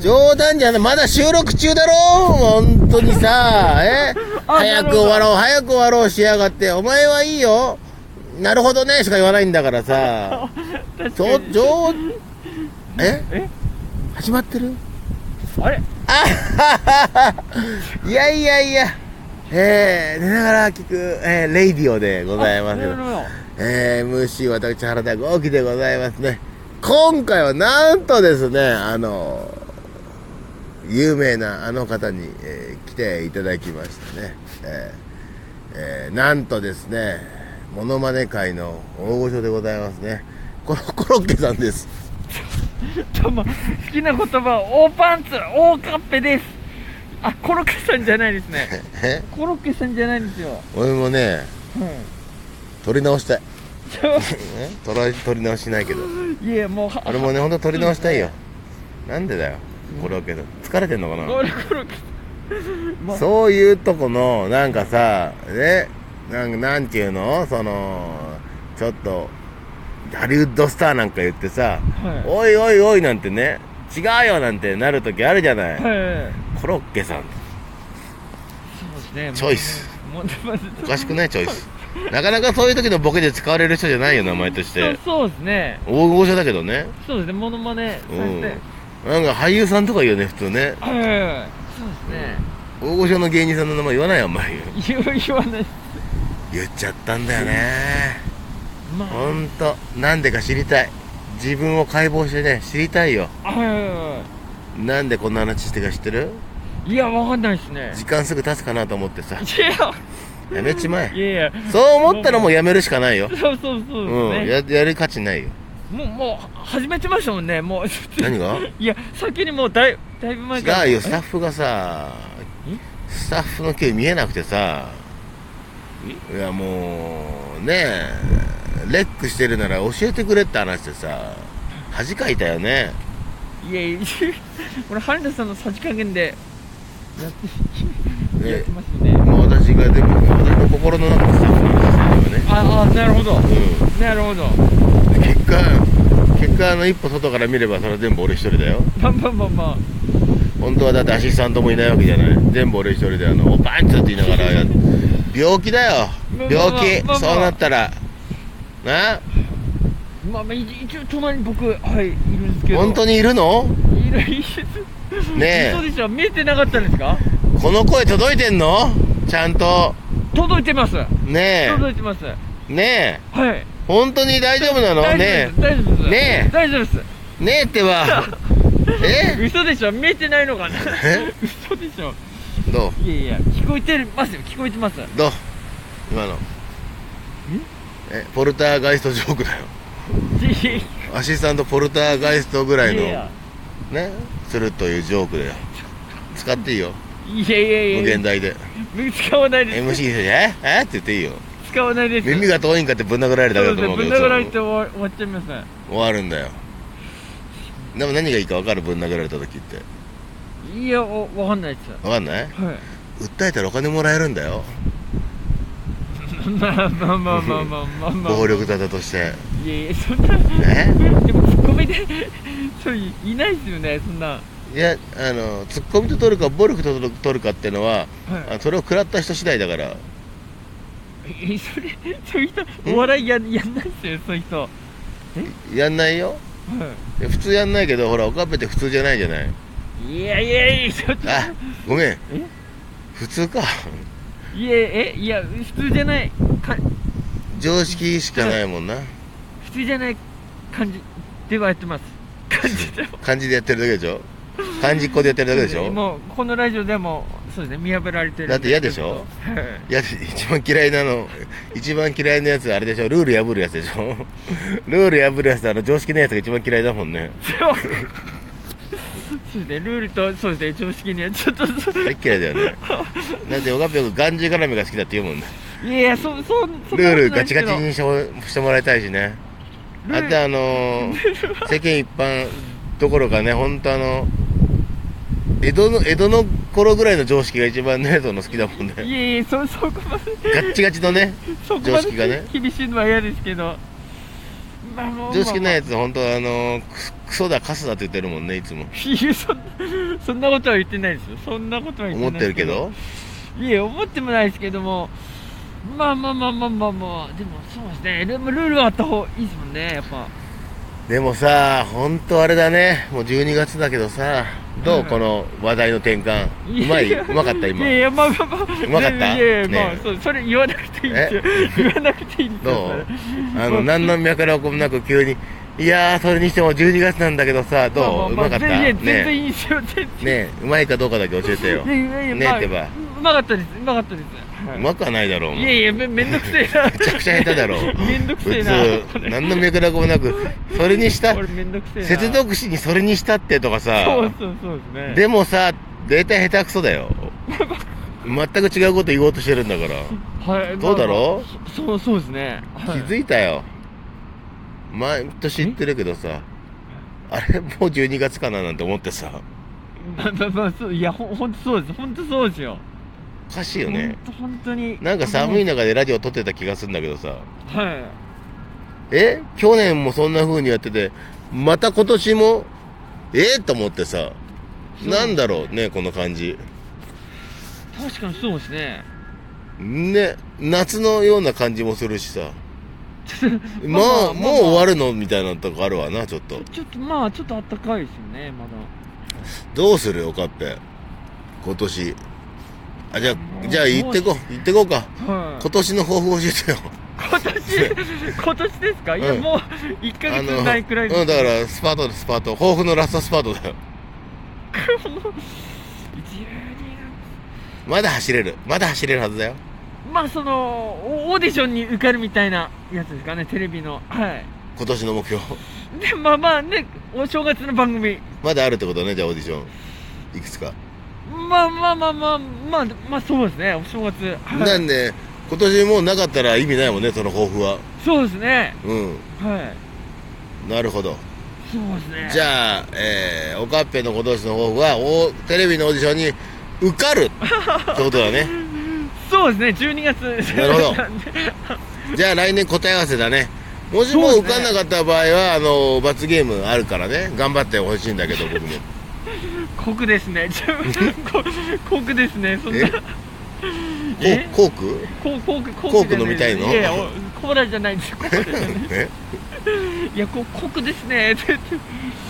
冗談じゃない。まだ収録中だろ本当にさ、え あ早く終わろう、早く終わろうしやがって。お前はいいよ。なるほどね、しか言わないんだか らさ。確ちかょ、に ちょ、ええ始まってるあれあははいやいやいや。えー、寝ながら聞く、えー、レイディオでございますな。るほどえー、MC 私原田豪樹でございますね今回はなんとですねあの有名なあの方に、えー来ていただきましたねえーえーなんとですねモノマネ界の大御所でございますねコロコロッケさんですどうも好きな言葉は大パンツ大カッペですあコロッケさんじゃないです ねえコロッケさんじゃないんですよ、俺もねうん撮り直したいちょえ撮ら撮り直しないけどいやもうは俺もねほんと撮り直したいよなんでだよコロッケさん疲れてんのかなコロコロッケまあそういうとこの、なんかさ、ね、なんなんていうのその、ちょっと、ハリウッドスターなんか言ってさ、はいおいおいおいなんてね、違うよなんてなるときあるじゃない。はいコロッケさん、そうですねチョイス。もうまずおかし くないチョイス。なかなかそういう時のボケで使われる人じゃないよ、名前としそうて。そうですね大御所だけどね。そうですねモノマネさうれん。て、なんか俳優さんとか言うよね、普通ね。はいはいはいそうですね大御所の芸人さんの名前言わないよ、あんまり。言う言わない言っちゃったんだよね。まほんと、なんでか知りたい。自分を解剖してね、知りたいよ。あはいはいはなんでこんな話してるか知ってるいいやわかんないですね時間すぐ経つかなと思ってさ、いややめちまえ。いやいやそう思ったらもうやめるしかないよ。そうそうそううですん、ね、ややる価値ないよ。もうもう始めてましたもんねもう何が いや先にもうだいだいぶ前から違うよ、スタッフがさ、スタッフの毛見えなくてさ、いやもう、ねえ、レックしてるなら教えてくれって話でさ、恥かいたよね。いやい や俺原田さんのさじ加減でやって,、ねやってますねまあ私がでも、私の心の中のスタッフなんですよね。ああなるほどうんなるほど結果結果あの一歩外から見ればそれは全部俺一人だよまあまあまあまあ本当はだってアシスタントもいないわけじゃない全部俺一人であのおパンチって言いな がらや病気だよまあ病気まあまあそうなったらなまあまあ一一応隣に僕はいいるんですけど本当にいるのいるいるねえそうでした見えてなかったんですかこの声届いてんのちゃんと届いてますね届いてますはえねえい本当に大丈夫なのね大丈夫ですねえ大丈夫ですえねえって ばえ嘘でしょ見えてないのかなえ嘘でしょどういやいや聞こえてますよ聞こえてますどう今のえポルターガイストジョークだよいやいアシスタントポルターガイストぐらやいいのやいやねするというジョークだよ使っていいよいやいやいや無限大で使わないです MC でええって言っていいよ使わないです耳が遠いんかってぶん殴られるだけだと思うぶけんど殴られて終わ終わっちゃいますね終わるんだよでも何がいいか分かるぶん殴られた時っていやおわかんないです分かんないはい 訴えたらお金もらえるんだよまあまあまあまあまあまあまあ暴力沙汰としていやいやそんなえでもツッコミでそういいないですよねそんないやあのツッコミと取るか暴力と取る取るかってのははあそれを食らった人次第だからいえそれそういう人お笑いややんないですよそういう人はやんないよいや普通やんないけどほらオカッペって普通じゃないじゃないいいやいやいやちょっとあごめんえ普通かいやえいや普通じゃないか常識しかないもんな普通じゃない感じではやってます感じでも漢字でやってるだけでしょ漢字っ子でやってるだけでしょもうこのラジオでもそうですね見破られてるだって嫌でしょいや一番嫌いなの一番嫌いなやつあれでしょルール破るやつでしょルール破るやつあの常識のやつが一番嫌いだもんね そうそうですねルールとそうですね常識にはちょっとそう大っ嫌いだよねだってオカッペよくがんじがらみが好きだって言うもんねいやいやそうそうそんルなことないールでガすチけガどチにしょしてもらいたいしねルーあルとあのー世間一般どころかね、本当あの、江戸の、江戸の頃ぐらいの常識が一番ね、その好きだもいんね。やいやそ そこまでガッチガチのね、そこ常ま識がねで厳しいのは嫌ですけどまあまあ常識ないやつ本当あのククソだカスだって言ってるもんねいつもいやそんそんなことは言ってないですよそんなことは言ってない思ってるけどいえ思ってもないですけどもまあまあまあまあまあまあでもそうですねでもルールはあった方がいいですもんねやっぱでもさ本当あれだねもう12月だけどさどう、うんこの話題の転換うまいうまかった今いやいやまあまあまあうまかったいやいや、ねまあそうそれ言わなくていいんですよ 言わなくていいんですよどうそれあのまあ何の脈絡もなく急にいやーそれにしても12月なんだけどさどう、まあまあうまかった全然全然ねいいですよ全然ねうまいかどうかだけ教えてよいやいやいやねまあってばうまかったですうまかったです、はういまくはないだろうもういやいやめめんどくせえなめ めちゃくちゃ下手だろうめんどくせえな普通何の脈絡もなくそれにした俺めんどくせえな接続詞にそれにしたってとかさそうそうそうですねでもさデータ下手くそだよ全く違うこと言おうとしてるんだからはいどうだろまあまあそそうそうですね、 はい気づいたよ毎年言ってるけどさあれもう12月かななんて思ってさまあまあまあそういやほほんとそうですほんとそうですよおかしいよねほんとほんとになんか寒いな中でラジオ撮ってた気がするんだけどさはえ去年もそんな風にやっててまた今年もえー、と思ってさなんだろうねこの感じい確かにそうですねね夏のような感じもするしさまあもう終わるのみたいなとこあるわなちょっとるちょっとまあちょっとあったかいですよねまだどうするよかっぺ今年あじゃあじゃあ行ってこ行ってこうかはい今年の抱負を教えてよ今年今年ですかいや、うんもう1ヶ月ないくらいですうんだからスパートだスパート抱負のラストスパートだよ12まだ走れるまだ走れるはずだよまあそのオオーディションに受かるみたいなやつですかねテレビのはい今年の目標でまあまあねお正月の番組まだあるってことねじゃあオーディションいくつか、まあまあまあまあまあまあそうですねお正月、はいなんで今年もうなかったら意味ないもんねその抱負はそうですねうんはいなるほどそうですねじゃゃあ、えー、おかっぺの今年の抱負はおテレビのオーディションに受かるってことだねそうですね12月なるほどんでじゃあ来年答え合わせだねもしもそう受ですかんねなかった場合は、あの罰ゲームあるからね頑張ってほしいんだけど僕も 酷ですねちょ酷酷ですねそんなえ えコークこうコークココーク飲みたいのいやいやおコーラじゃないですコーラじゃない えいやこ酷ですね って言って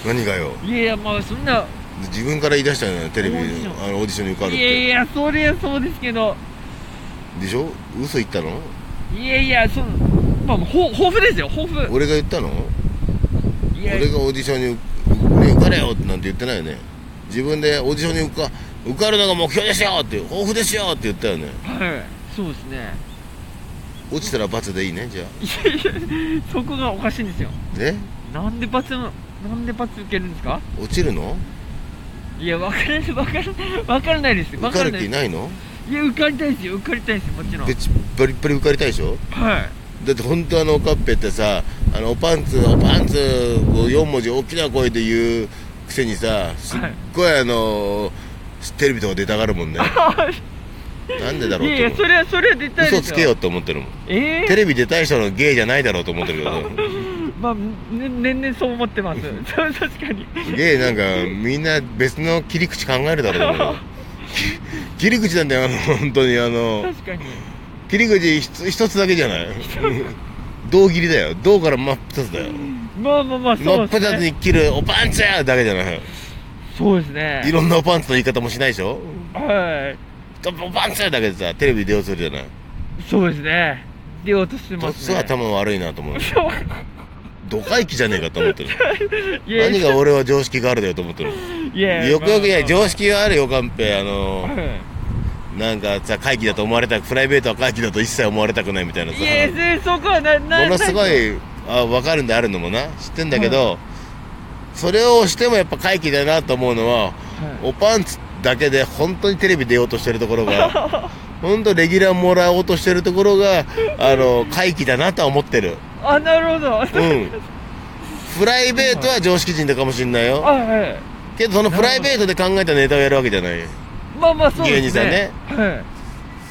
何がよいやいやまあそんな自分から言い出したんじゃないテレビオーディションあのオーディションに受かるっいやいてやそりゃそうですけどでしょ嘘言ったのいやいやそのまあほ抱負ですよ抱負俺が言ったのいや俺がオーディションにね受かれよなんて言ってないよね自分でオーディションに受か受かるのが目標ですよって抱負ですよって言ったよねはいそうですね落ちたら罰でいいねじゃいやいやそこがおかしいんですよあねなんで罰のなんで罰受けるんですか落ちるのいや分からない分からない分からないです分受かからるない気ないのいや受かりたいですよ受かりたいですもちろんべちバリッバリ受かりたいでしょはいだって本当あのおかっぺってさあのおパンツおパンツを4文字大きな声で言うくせにさすっごいあのテレビとか出たがるもんねなんでだろういやいとやそ思うれはそれは絶対ですよ嘘つけよって思ってるもんえテえレビ出たい人のゲイじゃないだろうと思ってるけどまあ、ね、年々そう思ってますそう確かにゲイなんかみんな別の切り口考えるだろうけど切り口なんだよあの本当にあの 確かに切り口ひつ一つだけじゃない胴切りだよ胴から真っ二つだよまあまあまあ真そっうです二つねに切るおパンツやだけじゃないそうですねいろんなおパンツの言い方もしないでしょはいおパンツやだけでさテレビ出ようとするじゃないそうですね出ようとしてそまっすね頭悪いなと思うそうどかいきじゃねえかと思ってるいや何が俺は常識があるだよと思ってるいやよくよくいやま常識があるよカンペあのあまあはいなんかさ会議だと思われたくプライベートは会議だと一切思われたくないみたいなさいやせそこはななものすごいあ分かるんであるのもな知ってんだけど、それをしてもやっぱ会議だなと思うのははおパンツだけで本当にテレビ出ようとしてるとこ ろが本当レギュラーもらおうとしてるところがあの回帰だなとは思ってるあなるほど、うんプライベートは常識人だかもしんないよあはいけどそのプライベートで考えたネタをやるわけじゃないまあまあそうですね芸人さんねは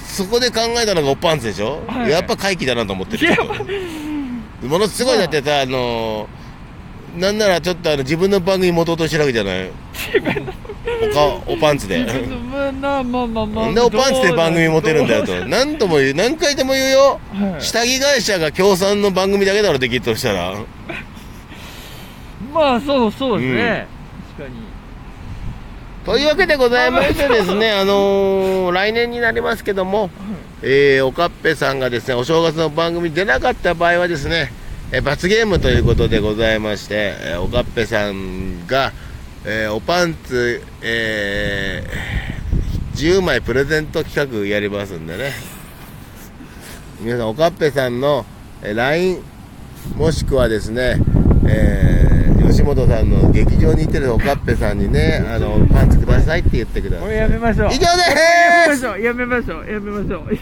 そこで考えたのがおパンツでしょ、はいやっぱ回帰だなと思っていいるやちょっとものすごいだってさ、あのーなんならちょっとあの自分の番組持とうとしてるわけじゃない自分のおかおパン ツで自分のまあまあまあなんでおパンツで番組持てるんだよどうと何とも言う何回でも言うよはい下着会社が協賛の番組だけだろできっとしたらまあそうそうですね、確かにというわけでございましてですね、あのー来年になりますけども、えーおかっぺさんがですね、お正月の番組に出なかった場合はですね、えー罰ゲームということでございまして、えーおかっぺさんが、えーおパンツ、えー10枚プレゼント企画やりますんでね、皆さん、おかっぺさんの、えー LINE、もしくはですね、えー吉本さんの劇場に行ってるおかっぺさんにね、あの、パンツくださいって言ってください。これやめましょう以上でーすやめましょうやめましょうやめましょう